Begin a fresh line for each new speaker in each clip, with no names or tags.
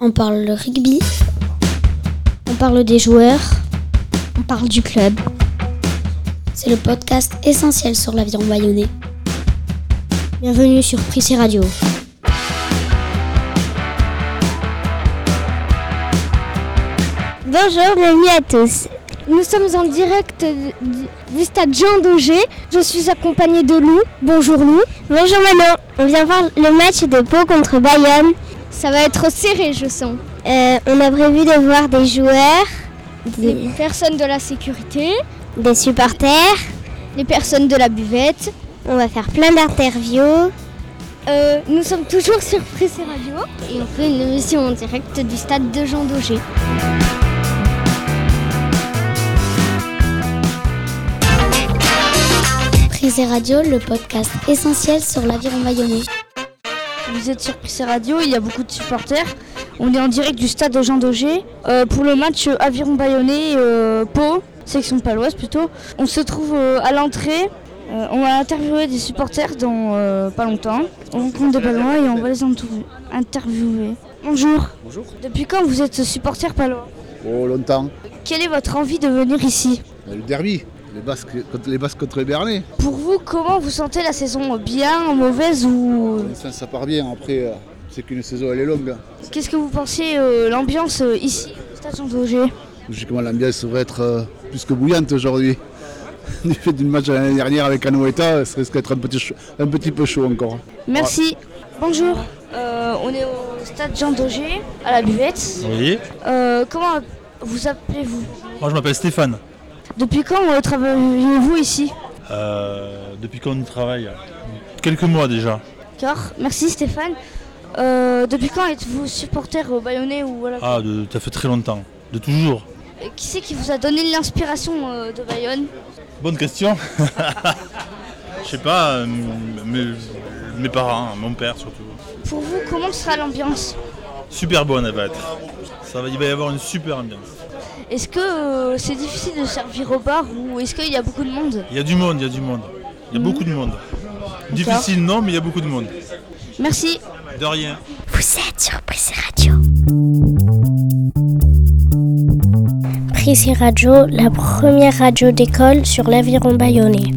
On parle le rugby. On parle des joueurs. On parle du club. C'est le podcast essentiel sur l'avion bayonnais. Bienvenue sur Prissé Radio.
Bonjour, bienvenue à tous. Nous sommes en direct du, du stade Jean Daugé. Je suis accompagnée de Lou. Bonjour Lou.
Bonjour Manon. On vient voir le match de Pau contre Bayonne.
Ça va être serré, je sens.
Euh, on a prévu de voir des joueurs,
Les personnes de la sécurité,
des supporters.
les personnes de la buvette.
On va faire plein d'interviews.
Euh, nous sommes toujours sur Prissé Radio et on fait une émission en direct du stade de Jean Daugé.
Prise et Radio, le podcast essentiel sur l'aviron bayonnais.
Vous êtes sur Prissé Radio, il y a beaucoup de supporters. On est en direct du stade Jean Daugé euh, pour le match euh, Aviron Bayonnais euh, Pau, section paloise plutôt. On se trouve euh, à l'entrée. Euh, on va interviewer des supporters dans euh, pas longtemps. On rencontre des palois et on va les interview- interviewer. Bonjour.
Bonjour.
Depuis quand vous êtes supporter palois
Oh, longtemps. Euh,
Quelle est votre envie de venir ici
Le derby, les Basques contre les, Basques contre les Bernais.
Pour vous, comment vous sentez la saison Bien, mauvaise ou
Pour l'instant, ça part bien. Après, euh, c'est qu'une saison, elle est longue.
Qu'est-ce que vous pensez euh, l'ambiance euh, ici au stade Jean Daugé
Logiquement, l'ambiance devrait être euh, plus que bouillante aujourd'hui. Du fait d'une match l'année dernière avec Anoeta, ça risque d'être un petit, chaud- un petit peu chaud encore.
Merci. Bonjour. Euh, on est au stade Jean Daugé, à la buvette.
Oui,
Euh, comment vous appelez-vous
moi je m'appelle Stéphane.
Depuis quand euh, travaillez-vous ici
Euh, depuis quand on y travaille Quelques mois déjà.
D'accord. Merci Stéphane. Euh, depuis quand êtes-vous supporter au Bayonnais ou voilà Euh,
Ah, de, ça fait très longtemps. De toujours.
Qui c'est qui vous a donné l'inspiration euh, de Bayonne
Bonne question. Je sais pas, euh, mes, mes parents, mon père surtout.
Pour vous, comment sera l'ambiance
Super bonne elle va être. Ça va, il va y avoir une super ambiance.
Est-ce que euh, c'est difficile de servir au bar ou est-ce qu'il y a beaucoup de monde
Il y a du monde, il y a du monde.
Mhm.
Il y a beaucoup de monde. Difficile non, mais il y a beaucoup de monde.
Merci.
De rien.
Vous êtes sur Prissé Radio.
Prissé Radio, la première radio d'école sur l'aviron bayonnais.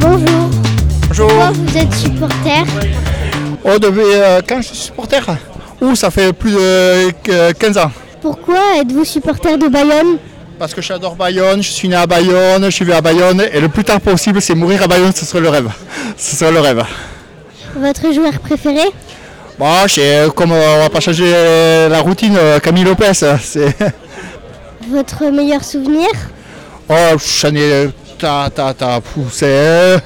Bonjour.
Bonjour.
Comment vous êtes supporter
Oh, depuis euh, quand je suis supporter Ouh, ça fait plus de euh, 15 ans.
Pourquoi êtes-vous supporter de Bayonne
Parce que j'adore Bayonne, je suis né à Bayonne, je suis venu à Bayonne, et le plus tard possible, c'est mourir à Bayonne, ce serait le rêve. Ce serait le rêve.
Votre joueur préféré
Bon, c'est comme euh, on va pas changer euh, la routine, euh, Camille Lopez, euh, c'est.
Votre meilleur souvenir
Oh, j'en ai. euh, Ta, ta, ta, pou, c'est. euh,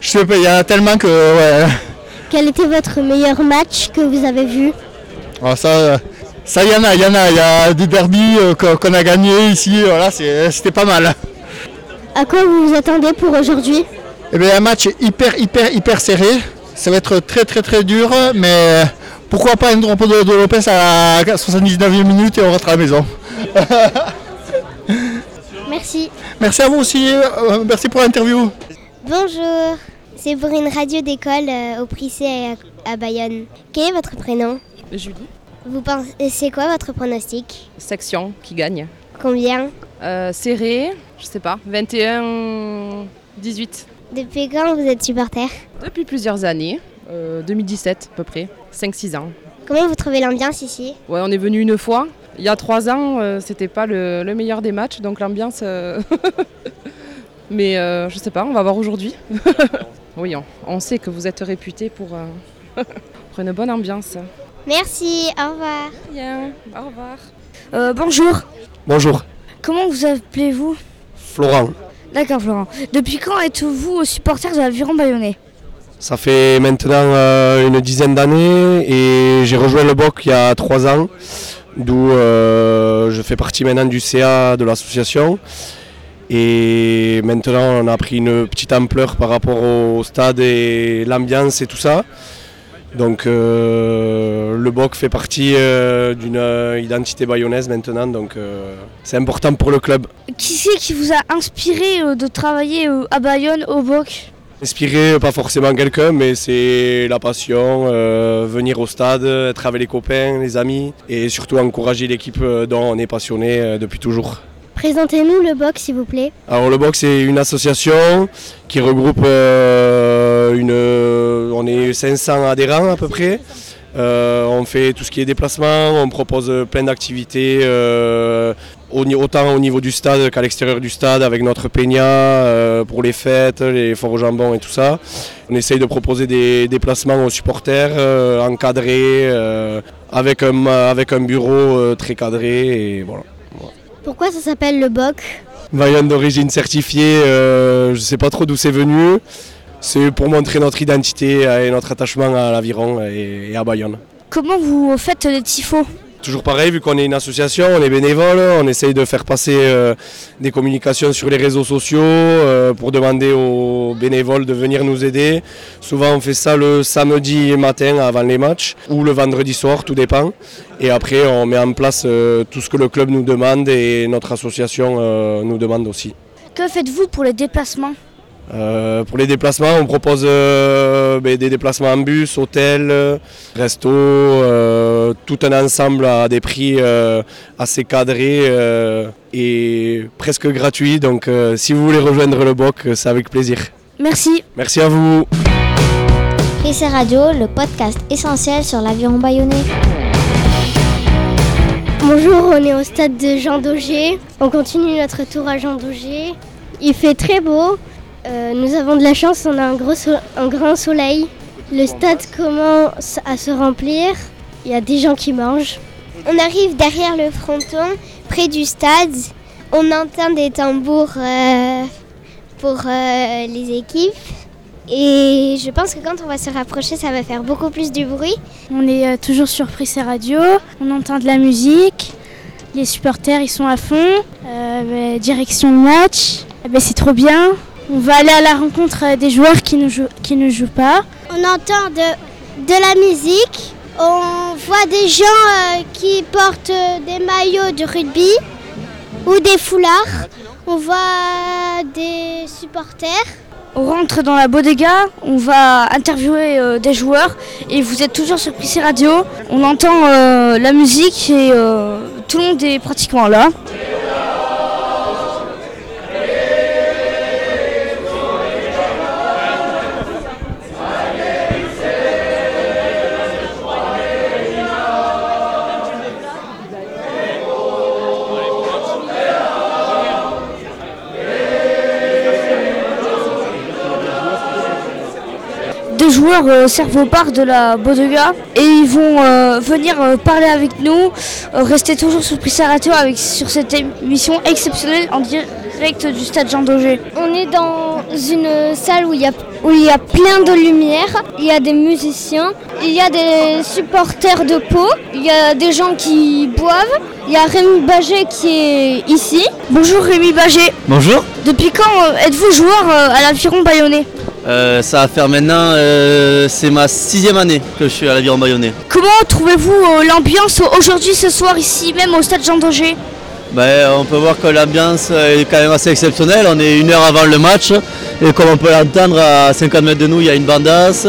Je sais pas, il y en a tellement que. Ouais.
Quel était votre meilleur match que vous avez vu
Ah, ça, euh, ça y en a, il y en a, il y a des derbies euh, qu'on qu'on a gagnés ici, voilà, c'est- c'était pas mal.
À quoi vous vous attendez pour aujourd'hui
Eh bien, un match hyper, hyper, hyper serré. Ça va être très, très, très dur, mais pourquoi pas un drapeau de, de Lopez à la 79e minute et on rentre à la maison.
Merci.
Merci à vous aussi, euh, merci pour l'interview.
Bonjour. C'est pour une radio d'école euh, au Prissé à, à Bayonne. Quel est votre prénom
Julie,
Vous pensez, euh, c'est quoi votre pronostic
section qui gagne.
Combien
Euh, serré, je sais pas, 21, 18.
Depuis quand vous êtes supporter
Depuis plusieurs années, euh, 2017 à peu près, 5-6 ans.
Comment vous trouvez l'ambiance ici
Ouais, on est venu une fois. Il y a 3 ans, euh, c'était pas le, le meilleur des matchs, donc l'ambiance. euh, Mais euh, je sais pas, on va voir aujourd'hui. oui, on, on sait que vous êtes réputé pour, euh, pour une bonne ambiance.
Merci, au revoir.
Bien, au revoir.
Euh, bonjour.
Bonjour,
Comment vous appelez-vous
Florent.
D'accord Florent. Depuis quand êtes-vous supporter de l'Aviron Bayonnais
Ça fait maintenant euh, une dizaine d'années et j'ai rejoint le BOC il y a trois ans, d'où euh, je fais partie maintenant du CA de l'association. Et maintenant, on a pris une petite ampleur par rapport au stade et l'ambiance et tout ça. Donc, euh, le BOC fait partie euh, d'une euh, identité bayonnaise maintenant, donc euh, c'est important pour le club.
Qui c'est qui vous a inspiré euh, de travailler euh, à Bayonne, au Boc
Inspirer, pas forcément quelqu'un, mais c'est la passion, euh, venir au stade, être avec les copains, les amis, et surtout encourager l'équipe euh, dont on est passionné euh, depuis toujours.
Présentez-nous le box, s'il vous plaît.
Alors le box c'est une association qui regroupe euh, une, euh, on est 500 adhérents à peu près. Euh, on fait tout ce qui est déplacement, on propose plein d'activités, euh, au ni- autant au niveau du stade qu'à l'extérieur du stade avec notre peña euh, pour les fêtes, les forts au jambon et tout ça. On essaye de proposer des déplacements aux supporters euh, encadrés euh, avec, un, avec un bureau euh, très cadré et voilà.
Pourquoi ça s'appelle le box
Variante d'origine certifiée, euh, je ne sais pas trop d'où c'est venu. C'est pour montrer notre identité euh, et notre attachement à l'aviron et, et à Bayonne.
Comment vous euh, faites les tifos
Toujours pareil, vu qu'on est une association, on est bénévole, on essaye de faire passer euh, des communications sur les réseaux sociaux euh, pour demander aux bénévoles de venir nous aider. Souvent on fait ça le samedi matin avant les matchs ou le vendredi soir, tout dépend. Et après on met en place euh, tout ce que le club nous demande et notre association euh, nous demande aussi.
Que faites-vous pour les déplacements
Euh, pour les déplacements, on propose euh, ben, des déplacements en bus, hôtel, euh, resto, euh, tout un ensemble à des prix euh, assez cadrés euh, et presque gratuits. Donc euh, si vous voulez rejoindre le BOC, euh, c'est avec plaisir.
Merci.
Merci à vous.
Prissé Radio, le podcast essentiel sur l'avion bayonnais.
Bonjour, on est au stade de Jean Daugé. On continue notre tour à Jean Daugé. Il fait très beau. Euh, nous avons de la chance, on a un, gros so- un grand soleil. Le stade commence à se remplir. Il y a des gens qui mangent. On arrive derrière le fronton, près du stade. On entend des tambours euh, pour euh, les équipes. Et je pense que quand on va se rapprocher, ça va faire beaucoup plus du bruit.
On est euh, toujours sur Prissé Radio, on entend de la musique, les supporters ils sont à fond, Euh, bah, direction le match, Eh ben, c'est trop bien. On va aller à la rencontre euh, des joueurs qui ne, jouent, qui ne jouent pas.
On entend de, de la musique, on voit des gens euh, qui portent euh, des maillots de rugby ou des foulards, on voit des supporters.
On rentre dans la bodega, on va interviewer euh, des joueurs et vous êtes toujours sur PC Radio. On entend euh, la musique et euh, tout le monde est pratiquement là. Deux joueurs euh, servent au bar de la bodega et ils vont euh, venir euh, parler avec nous. Euh, restez toujours sur PC Radio avec, sur cette émission exceptionnelle en direct du stade Jean Daugé.
On est dans une salle où il y a, où il y a plein de lumière, il y a des musiciens, il y a des supporters de Pau, il y a des gens qui boivent, il y a Rémi Bagé qui est ici.
Bonjour Rémi Bagé.
Bonjour.
Depuis quand euh, êtes-vous joueur euh, à l'aviron bayonnais
Euh, ça va faire maintenant, euh, c'est ma sixième année que je suis à l'aviron bayonnais.
Comment trouvez-vous euh, l'ambiance aujourd'hui, ce soir, ici même au stade Jean Daugé
Ben, on peut voir que l'ambiance est quand même assez exceptionnelle. On est une heure avant le match et comme on peut l'entendre, à 50 mètres de nous, il y a une bandasse.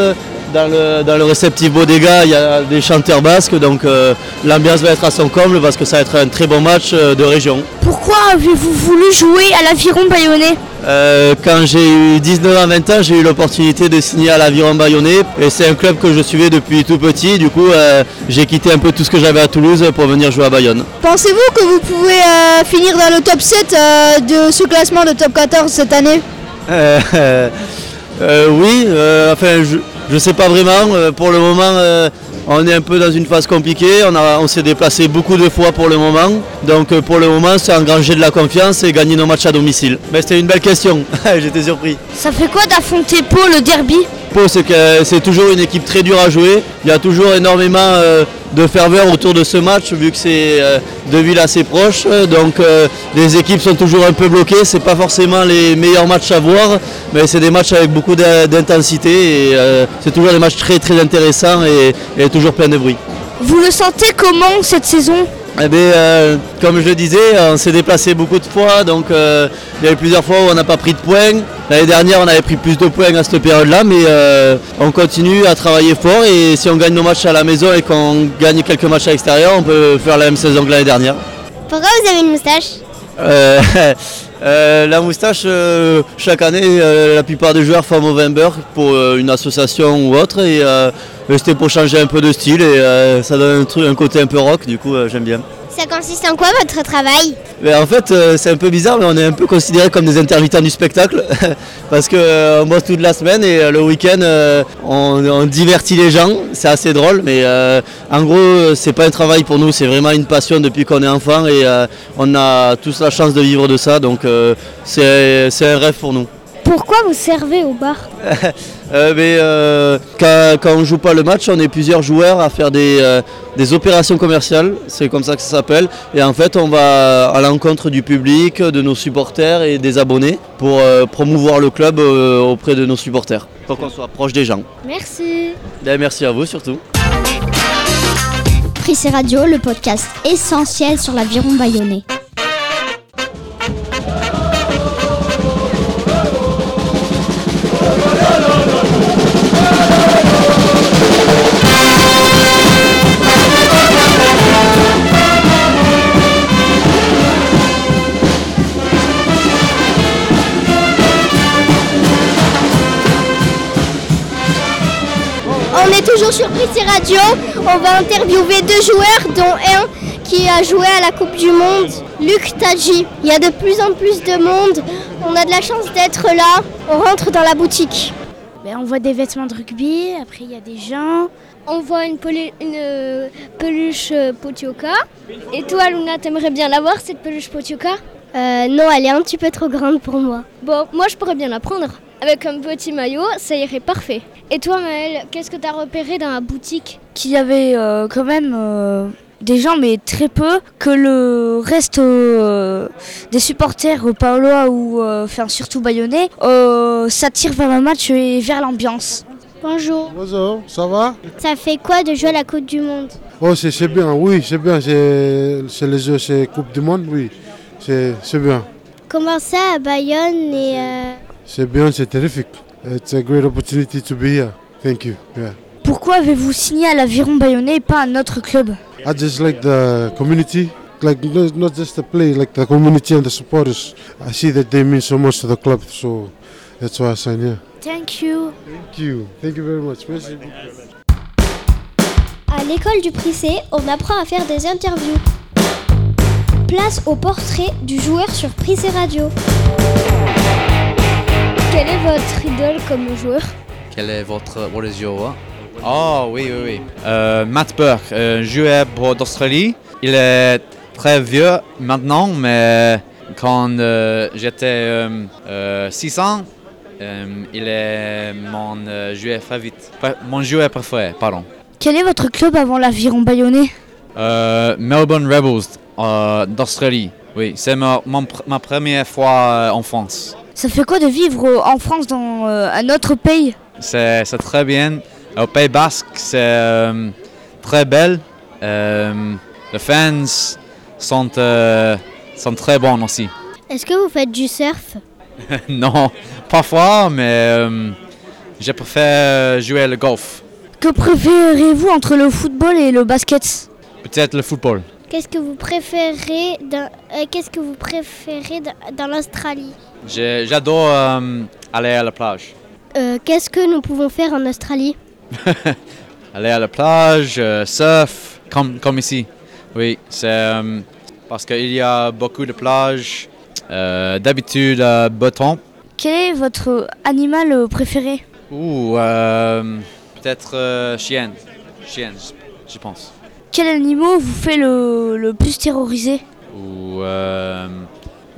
Dans le, dans le réceptif Bodega, il y a des chanteurs basques, donc euh, l'ambiance va être à son comble parce que ça va être un très bon match euh, de région.
Pourquoi avez-vous voulu jouer à l'aviron bayonnais
Euh, quand j'ai eu 19 ans, 20 ans, j'ai eu l'opportunité de signer à l'Aviron Bayonnais. Et c'est un club que je suivais depuis tout petit. Du coup, euh, j'ai quitté un peu tout ce que j'avais à Toulouse pour venir jouer à Bayonne.
Pensez-vous que vous pouvez euh, finir dans le top 7 euh, de ce classement de top 14 cette année
Euh, euh, oui, euh, enfin, je, je sais pas vraiment. Euh, pour le moment, euh, on est un peu dans une phase compliquée. On, a- on s'est déplacé beaucoup de fois pour le moment. Donc, euh, pour le moment, c'est engranger de la confiance et gagner nos matchs à domicile. Mais c'était une belle question. J'étais surpris.
Ça fait quoi d'affronter Pau le derby
Pau, c'est que c'est toujours une équipe très dure à jouer. Il y a toujours énormément euh, de ferveur autour de ce match, vu que c'est euh, deux villes assez proches. Donc euh, les équipes sont toujours un peu bloquées. C'est pas forcément les meilleurs matchs à voir, mais c'est des matchs avec beaucoup d'in- d'intensité et euh, c'est toujours des matchs très très intéressants et, et toujours plein de bruit.
Vous le sentez comment cette saison
Eh bien, euh, comme je le disais, on s'est déplacé beaucoup de fois, donc euh, il y a eu plusieurs fois où on n'a pas pris de points. L'année dernière, on avait pris plus de points à cette période-là, mais euh, on continue à travailler fort et si on gagne nos matchs à la maison et qu'on gagne quelques matchs à l'extérieur, on peut faire la même saison que l'année dernière.
Pourquoi vous avez une moustache
Euh, euh, la moustache, euh, chaque année, euh, la plupart des joueurs font Movember pour euh, une association ou autre. Et euh, c'était pour changer un peu de style et euh, ça donne un, truc, un côté un peu rock, du coup euh, j'aime bien.
Ça consiste en quoi votre travail
Mais en fait, euh, c'est un peu bizarre, mais on est un peu considérés comme des intermittents du spectacle parce que euh, on bosse toute la semaine et euh, le week-end, euh, on, on divertit les gens. C'est assez drôle, mais euh, en gros, euh, c'est pas un travail pour nous, c'est vraiment une passion depuis qu'on est enfant et euh, on a tous la chance de vivre de ça, donc euh, c'est c'est un rêve pour nous.
Pourquoi vous servez au bar
Euh, mais, euh, quand, quand on joue pas le match, on est plusieurs joueurs à faire des, euh, des opérations commerciales, c'est comme ça que ça s'appelle. Et en fait, on va à l'encontre du public, de nos supporters et des abonnés pour euh, promouvoir le club euh, auprès de nos supporters, pour qu'on soit proche des gens.
Merci.
Ben, merci à vous surtout.
Prissé Radio, le podcast essentiel sur l'aviron bayonnais.
On est toujours sur Prissy Radio. On va interviewer deux joueurs, dont un qui a joué à la Coupe du Monde, Luc Tadji. Il y a de plus en plus de monde. On a de la chance d'être là. On rentre dans la boutique.
Ben, on voit des vêtements de rugby, après il y a des gens.
On voit une, euh, peluche euh, Potioka. Et toi, Luna, t'aimerais bien l'avoir, cette peluche Potioka Euh, Non, elle est un petit peu trop grande pour moi. Bon, moi, je pourrais bien la prendre. Avec un petit maillot, ça irait parfait. Et toi, Maëlle, qu'est-ce que t'as repéré dans la boutique
qu'il y avait euh, quand même euh, des gens, mais très peu, que le reste euh, des supporters euh, paolois ou euh, enfin, surtout bayonnais euh, s'attirent vers le match et vers l'ambiance.
Bonjour.
Bonjour, ça va
Ça fait quoi de jouer à la Coupe du Monde
Oh, c'est c'est bien, oui, c'est bien. C'est c'est les jeux, c'est Coupe du Monde, oui. C'est c'est bien.
Comment ça à Bayonne et euh,
C'est bien, c'est terrifique. It's a great opportunity to be here. Thank you. Yeah.
Pourquoi avez-vous signé à l'Aviron Bayonnais et pas à notre club
I just like the community, like not, not just the play, like the community and the supporters. I see that they mean so much to the club, so that's why I signed here.
Thank you.
Thank you. Thank you very much. Merci beaucoup.
À l'école du Prissé, on apprend à faire des interviews. Place au portrait du joueur sur Prissé Radio.
Quelle est votre idole comme joueur
Quel est votre. What is your. Oh, oui, oui, oui. Euh, Matt Burke, un joueur pour- d'Australie. Il est très vieux maintenant, mais quand euh, j'étais euh, euh, 6 ans, euh, il est mon euh, joueur favori. Mon joueur préféré, pardon.
Quel est votre club avant l'Aviron Bayonnais
Euh, Melbourne Rebels euh, d'Australie. Oui, c'est ma, mon pr- ma première fois euh, en France.
Ça fait quoi de vivre euh, en France, dans euh, un autre pays
C'est c'est très bien. Euh, Au Pays Basque, c'est euh, très belle. Euh, les fans sont, euh, sont très bons aussi.
Est-ce que vous faites du surf
non, parfois, mais euh, je préfère jouer le golf.
Que préférez-vous entre le football et le basket
Peut-être le football.
Qu'est-ce que vous préférez dans, euh, qu'est-ce que vous préférez dans, dans l'Australie
J'ai- J'adore euh, aller à la plage.
Euh, Qu'est-ce que nous pouvons faire en Australie
aller à la plage, euh, surf, comme, comme ici. Oui, c'est euh, parce qu'il y a beaucoup de plages. Euh, D'habitude, à beau temps.
Quel est votre animal euh, préféré
Ou euh, peut-être euh, chienne. Chienne, je- je pense.
Quel animal vous fait le, le plus terroriser
Ou euh,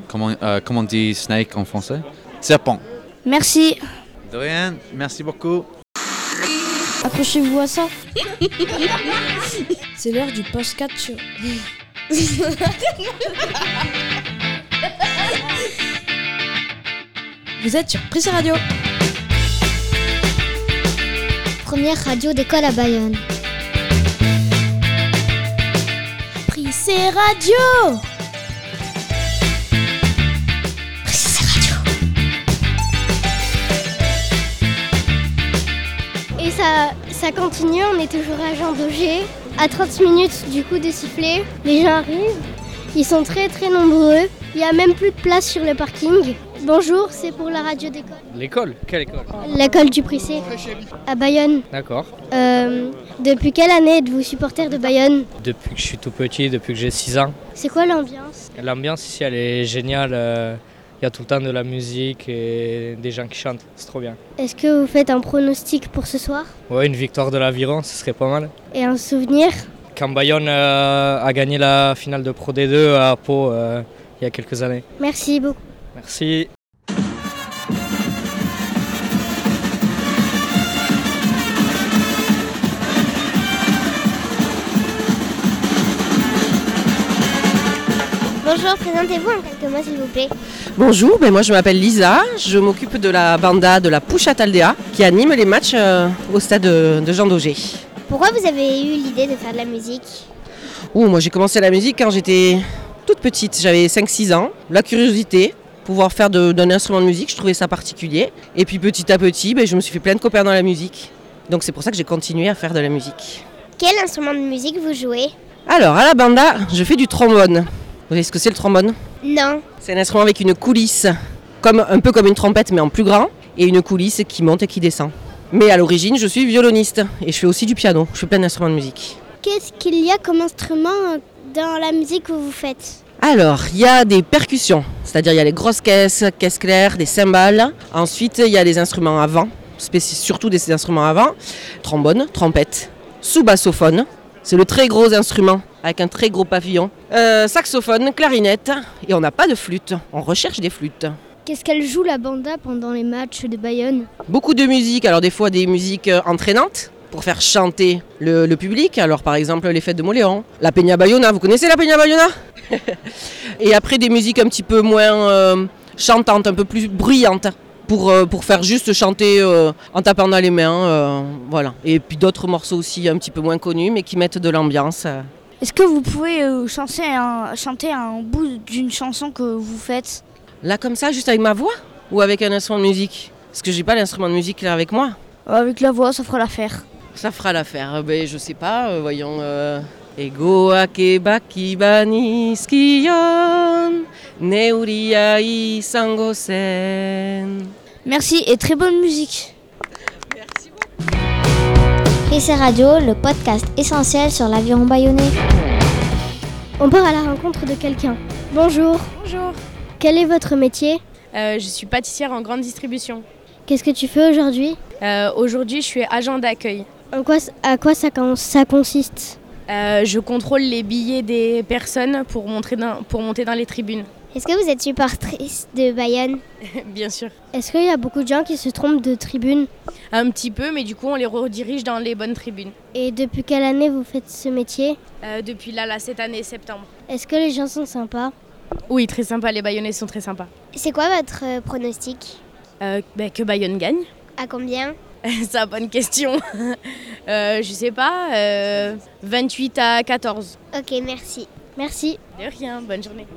comment, euh, comment on dit snake en français Serpent.
Merci.
De rien, merci beaucoup.
Accrochez-vous à ça. C'est l'heure du post-cat sur...
Vous êtes sur Prissé Radio. Première radio d'école à Bayonne.
Prissé
c'est radio
Et ça, ça continue, on est toujours à Jean Daugé. À 30 minutes du coup de sifflet, les gens arrivent. Ils sont très très nombreux. Il n'y a même plus de place sur le parking. Bonjour, c'est pour la radio d'école.
L'école Quelle école
L'école du Prissé, à Bayonne.
D'accord.
Euh, depuis quelle année êtes-vous supporter de Bayonne
Depuis que je suis tout petit, depuis que j'ai 6 ans.
C'est quoi l'ambiance
L'ambiance ici, elle est géniale. euh, Il y a tout le temps de la musique et des gens qui chantent. C'est trop bien.
Est-ce que vous faites un pronostic pour ce soir
Ouais, une victoire de l'aviron, ce serait pas mal.
Et un souvenir
Quand Bayonne euh, a gagné la finale de Pro D2 à Pau euh, il y a quelques années.
Merci beaucoup.
Merci.
Bonjour, présentez-vous en quelques mots s'il vous plaît.
Bonjour, ben moi je m'appelle Lisa, je m'occupe de la banda de la Poucha Taldea qui anime les matchs euh, au stade de, de Jean Daugé.
Pourquoi vous avez eu l'idée de faire de la musique
Ouh, moi j'ai commencé la musique quand j'étais toute petite, j'avais 5-6 ans. La curiosité, pouvoir faire de- d'un instrument de musique, je trouvais ça particulier. Et puis petit à petit, ben, je me suis fait plein de copains dans la musique. Donc c'est pour ça que j'ai continué à faire de la musique.
Quel instrument de musique vous jouez
Alors à la banda, je fais du trombone. Vous savez ce que c'est le trombone
Non.
C'est un instrument avec une coulisse, comme, un peu comme une trompette mais en plus grand, et une coulisse qui monte et qui descend. Mais à l'origine, je suis violoniste et je fais aussi du piano. Je fais plein d'instruments de musique.
Qu'est-ce qu'il y a comme instrument euh, dans la musique que vous faites
Alors, il y a des percussions, c'est-à-dire il y a les grosses caisses, caisses claires, des cymbales. Ensuite, il y a les instruments à vent, spéci- surtout des instruments à vent, trombone, trompette, sous-bassophone, c'est le très gros instrument avec un très gros pavillon, euh, saxophone, clarinette, et on n'a pas de flûte, on recherche des flûtes.
Qu'est-ce qu'elle joue la banda pendant les matchs de Bayonne
Beaucoup de musique, alors des fois des musiques euh, entraînantes pour faire chanter le, le public. Alors par exemple les fêtes de Moléon, la Peña Bayona, vous connaissez la Peña Bayona Et après des musiques un petit peu moins euh, chantantes, un peu plus bruyantes pour, euh, pour faire juste chanter euh, en tapant dans les mains. euh, voilà. Et puis d'autres morceaux aussi un petit peu moins connus mais qui mettent de l'ambiance. euh.
Est-ce que vous pouvez euh, chanter, un, chanter un bout d'une chanson que vous faites
Là comme ça, juste avec ma voix ou avec un instrument de musique Parce que j'ai pas l'instrument de musique là avec moi.
Euh, Avec la voix, ça fera l'affaire.
Ça fera l'affaire. Euh, Ben, je sais pas, euh, voyons. euh, Egoa kebaki banizkion, neuria izango zen.
Merci et très bonne musique.
Prissé Radio, le podcast essentiel sur l'avion bayonnais.
On part à la rencontre de quelqu'un. Bonjour.
Bonjour.
Quel est votre métier
Euh, je suis pâtissière en grande distribution.
Qu'est-ce que tu fais aujourd'hui
Euh, Aujourd'hui, je suis agent d'accueil.
En quoi, À quoi ça, con- ça consiste
Euh, je contrôle les billets des personnes pour, montrer dans- pour monter dans les tribunes.
Est-ce que vous êtes supportrice de Bayonne
Bien sûr.
Est-ce qu'il y a beaucoup de gens qui se trompent de tribune
Un petit peu, mais du coup, on les redirige dans les bonnes tribunes.
Et depuis quelle année vous faites ce métier
Euh, depuis là, là, cette année, septembre.
Est-ce que les gens sont sympas
Oui, très sympa. Les Bayonnais sont très sympas.
C'est quoi votre euh, pronostic
Euh, bah, que Bayonne gagne.
À combien
Ça, bonne question. euh, je sais pas. euh, 28 à 14.
Ok, merci. Merci.
De rien. Bonne journée.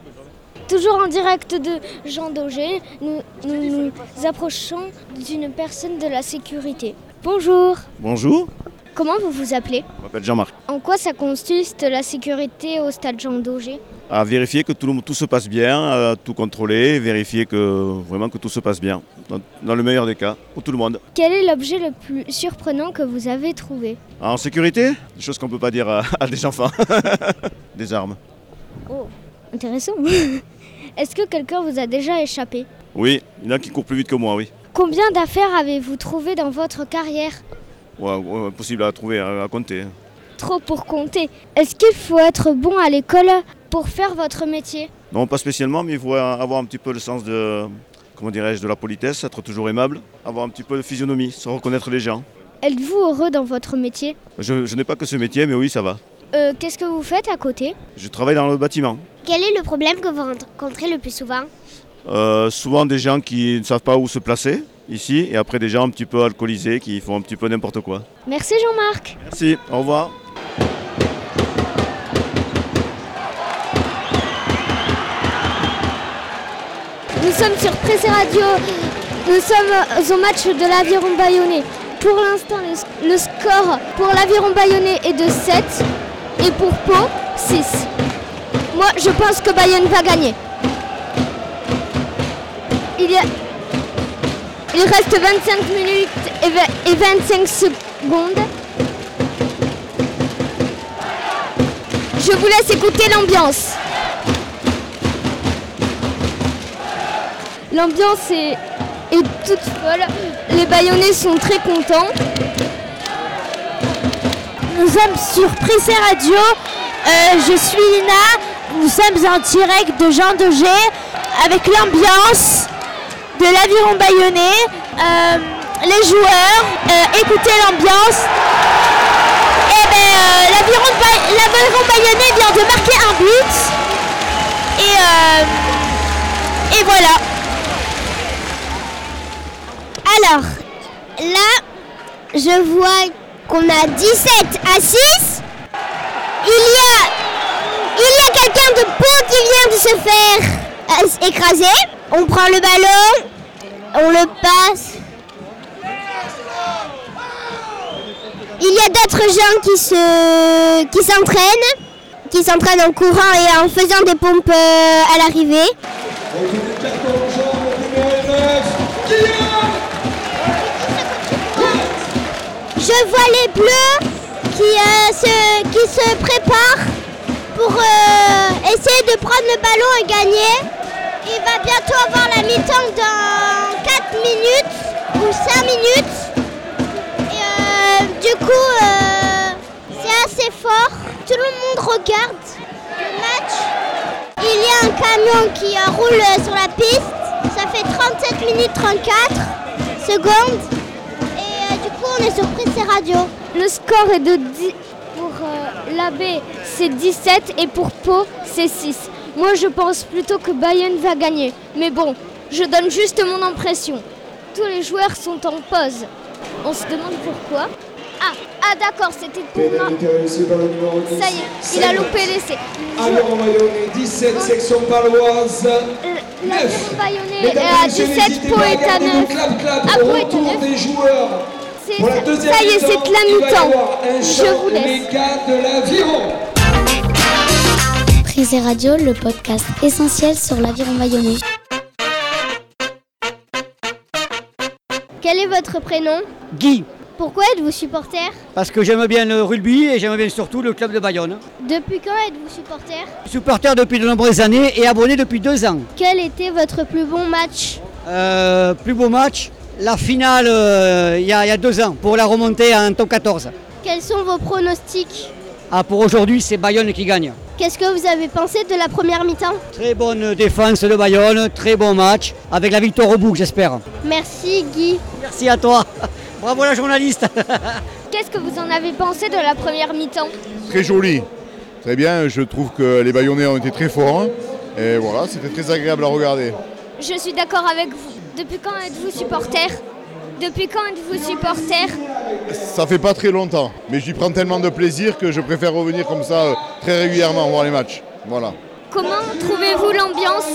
Toujours en direct de Jean Daugé, nous nous, nous approchons d'une personne de la sécurité. Bonjour,
Bonjour,
comment vous vous appelez
je m'appelle Jean-Marc.
En quoi ça consiste la sécurité au stade Jean Daugé
À vérifier que tout, le- tout se passe bien, à tout contrôler, vérifier que vraiment que tout se passe bien, dans, dans le meilleur des cas, pour tout le monde.
Quel est l'objet le plus surprenant que vous avez trouvé
En sécurité, des choses qu'on ne peut pas dire à, à des enfants, des armes.
Oh, intéressant. Est-ce que quelqu'un vous a déjà échappé
Oui, il y en a qui courent plus vite que moi, oui.
Combien d'affaires avez-vous trouvé dans votre carrière
Ouais, ouais, impossible à trouver, à, à compter.
Trop pour compter. Est-ce qu'il faut être bon à l'école pour faire votre métier
Non, pas spécialement, mais il faut avoir un petit peu le sens de, comment dirais-je, de la politesse, être toujours aimable, avoir un petit peu de physionomie, se reconnaître les gens.
Êtes-vous heureux dans votre métier
Je, je n'ai pas que ce métier, mais oui, ça va.
Euh, Qu'est-ce que vous faites à côté
Je travaille dans le bâtiment.
Quel est le problème que vous rencontrez le plus souvent
Euh, souvent des gens qui ne savent pas où se placer ici, et après des gens un petit peu alcoolisés qui font un petit peu n'importe quoi.
Merci Jean-Marc.
Merci, au revoir.
Nous sommes sur Pressé Radio. Nous sommes au match de l'Aviron Bayonnais. Pour l'instant, le, le score pour l'Aviron Bayonnais est de 7 et pour Pau, 6. Moi, je pense que Bayonne va gagner. Il, y a- il reste 25 minutes et, ve- et 25 secondes. Je vous laisse écouter l'ambiance. L'ambiance est, est toute folle. Les Bayonnais sont très contents.
Nous sommes sur Pressé Radio. Euh, je suis Lina. Nous sommes en direct de Jean Daugé avec l'ambiance de l'aviron bayonnais, euh, les joueurs. Euh, écoutez l'ambiance. Et ben, euh, l'aviron de Bay- l'aviron bayonnais vient de marquer un but. Et, euh, et voilà.
Alors, là, je vois qu'on a 17 à 6. Il y a, il y a quelqu'un de beau qui vient de se faire euh, écraser. On prend le ballon, on le passe. Il y a d'autres gens qui se, qui s'entraînent, qui s'entraînent en courant et en faisant des pompes euh, à l'arrivée.
Je vois les bleus qui, euh, se, qui se préparent pour euh, essayer de prendre le ballon et gagner. Il va bientôt avoir la mi-temps dans 4 minutes ou 5 minutes. Et, euh, du coup, euh, c'est assez fort. Tout le monde regarde le match. Il y a un camion qui euh, roule euh, sur la piste. Ça fait 37 minutes 34 secondes. Et euh, du coup, on est sur Pressé Radio.
Le score est de 10. Pour l'abbé, c'est 17 et pour Pau, c'est 6. Moi, je pense plutôt que Bayonne va gagner. Mais bon, je donne juste mon impression. Tous les joueurs sont en pause. On se demande pourquoi. Ah, ah d'accord, c'était pour moi. Ça y est, il a loupé l'essai.
Alors, Bayonnais, 17, section paloise.
L'Aviron Bayonnais
Mesdames,
est à
messieurs,
17,
n'hésitez
Pau
pas à
est à
regarder
9.
le clap-clap
Ah,
au
Pau est
retour
à 9.
des joueurs.
C'est-
Pour la deuxième
Ça y est, c'est
mi-temps,
de
il
la
va y
mi-temps.
avoir un
Je
chant
vous laisse.
des gars de l'Aviron.
Prisé Radio, le podcast essentiel sur l'aviron bayonnais.
Quel est votre prénom
Guy,
Pourquoi êtes-vous supporter
parce que j'aime bien le rugby et j'aime bien surtout le club de Bayonne.
Depuis quand êtes-vous supporter
Supporter depuis de nombreuses années et abonné depuis deux ans.
Quel était votre plus bon match
Euh, plus beau match, la finale euh, il y, a il y a deux ans pour la remontée en top 14.
Quels sont vos pronostics
Ah, pour aujourd'hui, c'est Bayonne qui gagne.
Qu'est-ce que vous avez pensé de la première mi-temps
Très bonne défense de Bayonne, très bon match, avec la victoire au bout, j'espère.
Merci Guy.
Merci à toi. Bravo la journaliste.
Qu'est-ce que vous en avez pensé de la première mi-temps
Très joli, très bien. Je trouve que les Bayonnais ont été très forts. hein. Et voilà, c'était très agréable à regarder.
Je suis d'accord avec vous. Depuis quand êtes-vous supporter Depuis quand êtes-vous supporter
Ça fait pas très longtemps, mais j'y prends tellement de plaisir que je préfère revenir comme ça euh, très régulièrement voir les matchs. Voilà.
Comment trouvez-vous l'ambiance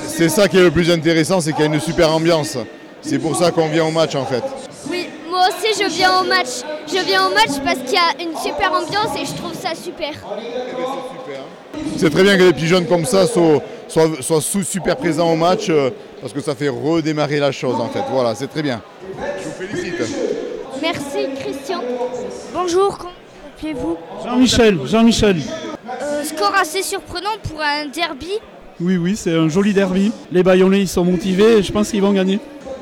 C'est ça qui est le plus intéressant, c'est qu'il y a une super ambiance. C'est pour ça qu'on vient au match en fait.
Oui, moi aussi je viens au match. Je viens au match parce qu'il y a une super ambiance et je trouve ça super.
C'est très bien que les petits jeunes comme ça soient, soient- soient sous- super présents au match euh, parce que ça fait redémarrer la chose en fait. Voilà, c'est très bien. Je vous félicite.
Merci Christian. Bonjour, comment vous
Jean-Michel, Jean-Michel.
Euh, Score assez surprenant pour un derby.
Oui, oui, c'est un joli derby. Les Bayonnais, ils sont motivés et je pense qu'ils vont gagner.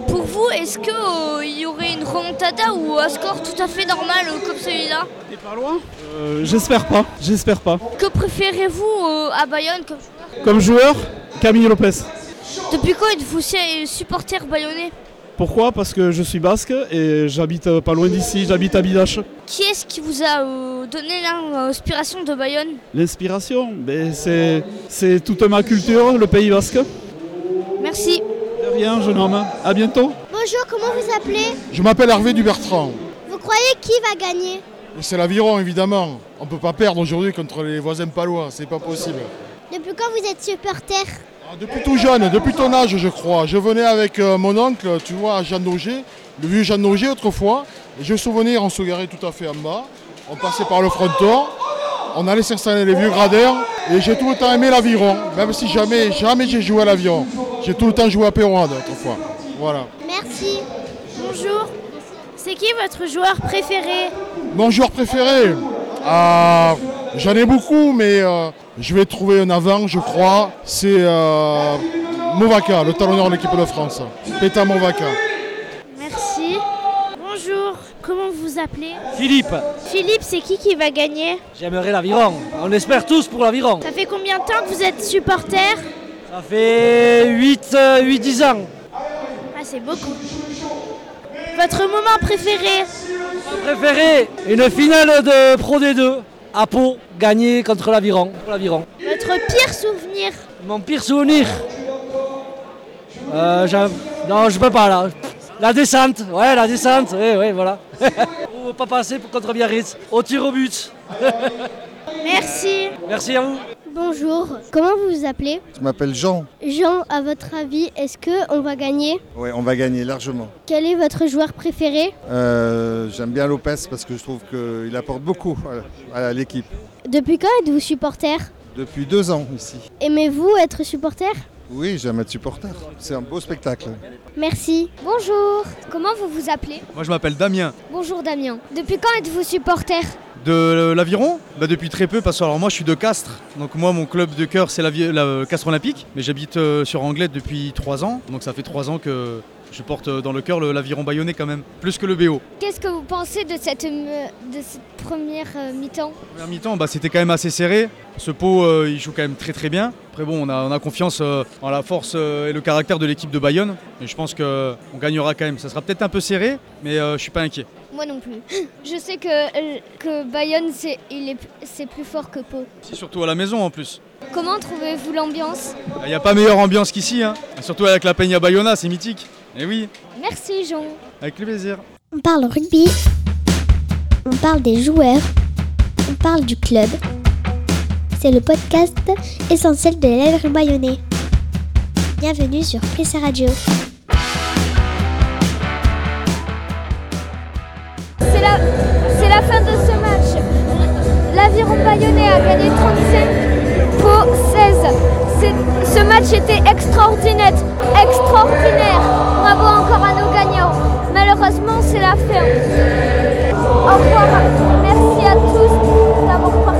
Pour vous, est-ce qu'il y aurait une remontada ou un score tout à fait normal euh, comme celui-là
T'es pas loin Euh, j'espère pas, j'espère pas.
Que préférez-vous euh, à Bayonne comme...
Comme joueur, Camille Lopez.
Depuis quand êtes-vous si- supporter bayonnais
Pourquoi Parce que je suis basque et j'habite euh, pas loin d'ici, j'habite à Bidache.
Qui est-ce qui vous a euh, donné l'inspiration de Bayonne
L'inspiration, ben, c'est, c'est toute ma culture, le pays basque.
Merci.
De rien, jeune homme. À bientôt.
Bonjour, comment vous appelez
Je m'appelle Hervé Dubertrand.
Vous croyez qui va gagner
C'est l'aviron, évidemment. On ne peut pas perdre aujourd'hui contre les voisins palois, c'est pas possible.
Depuis quand vous êtes supporter
Ah, Depuis tout jeune, depuis ton âge, je crois. Je venais avec euh, mon oncle, tu vois, à Jean Daugé, le vieux Jean Daugé autrefois. Et je me souvenir, on se garait tout à fait en bas. On passait par le fronton. On allait s'installer les vieux gradins. Et j'ai tout le temps aimé l'aviron, même si jamais, jamais j'ai joué à l'aviron. J'ai tout le temps joué à Pérouade autrefois. Voilà.
Merci.
Bonjour. C'est qui votre joueur préféré
Mon joueur préféré Ah, J'en ai beaucoup, mais euh, je vais trouver un avant, je crois. C'est euh, Movaca, le talonneur de l'équipe de France. Peta Movaca.
Merci. Bonjour. Comment vous vous appelez
Philippe,
Philippe, c'est qui qui va gagner
j'aimerais l'aviron. On espère tous pour l'aviron.
Ça fait combien de temps que vous êtes supporter
Ça fait 8-10 ans.
Ah, c'est beaucoup. Votre moment préféré
Préféré une finale de Pro D2 à Pau, gagnée contre l'aviron. Pour l'aviron.
Votre pire souvenir
Mon pire souvenir Euh, j'en- Non, je peux pas là. La descente, ouais, la descente, oui, oui, voilà. Ou pas passer pour- contre Biarritz, au tir au but.
Merci.
Merci à vous.
Bonjour. Comment vous vous appelez
Je m'appelle Jean.
Jean, à votre avis, est-ce que on va gagner
Oui, on va gagner largement.
Quel est votre joueur préféré
Euh, J'aime bien Lopez parce que je trouve qu'il apporte beaucoup à- à l'équipe.
Depuis quand êtes-vous supporter
Depuis deux ans ici.
Aimez-vous être supporter
Oui, j'aime être supporter. C'est un beau spectacle.
Merci. Bonjour. Comment vous vous appelez
Moi je m'appelle Damien.
Bonjour Damien. Depuis quand êtes-vous supporter
De l'aviron bah Depuis très peu, parce que alors moi je suis de Castres. Donc moi mon club de cœur c'est la, vie- la Castres Olympique. Mais j'habite euh, sur Anglette depuis 3 ans. Donc ça fait 3 ans que je porte euh, dans le cœur le- l'aviron bayonnais quand même. Plus que le BO.
Qu'est-ce que vous pensez de cette, me- de cette première euh, mi-temps
Première mi-temps, bah, c'était quand même assez serré. Ce pot, euh, il joue quand même très très bien. Après bon, on a, on a confiance euh, en la force euh, et le caractère de l'équipe de Bayonne. Et je pense qu'on gagnera quand même. Ça sera peut-être un peu serré, mais euh, je suis pas inquiet.
Moi non plus. Je sais que, euh, que Bayonne, c'est il est- c'est plus fort que Pau.
C'est surtout à la maison en plus.
Comment trouvez-vous l'ambiance
Il n'y a pas meilleure ambiance qu'ici, hein. surtout avec la Peña Bayona, c'est mythique. Et oui,
Merci Jean.
avec le plaisir.
On parle rugby, on parle des joueurs, on parle du club. C'est le podcast essentiel de l'élève bayonnais. Bienvenue sur Pressa Radio.
C'est la, c'est la fin de ce match. L'aviron bayonnais a gagné 35 pour 16. C'est- ce match était extraordinaire. Extraordinaire. Bravo encore à nos gagnants. Malheureusement, c'est la fin. Au revoir. Merci à tous d'avoir participé.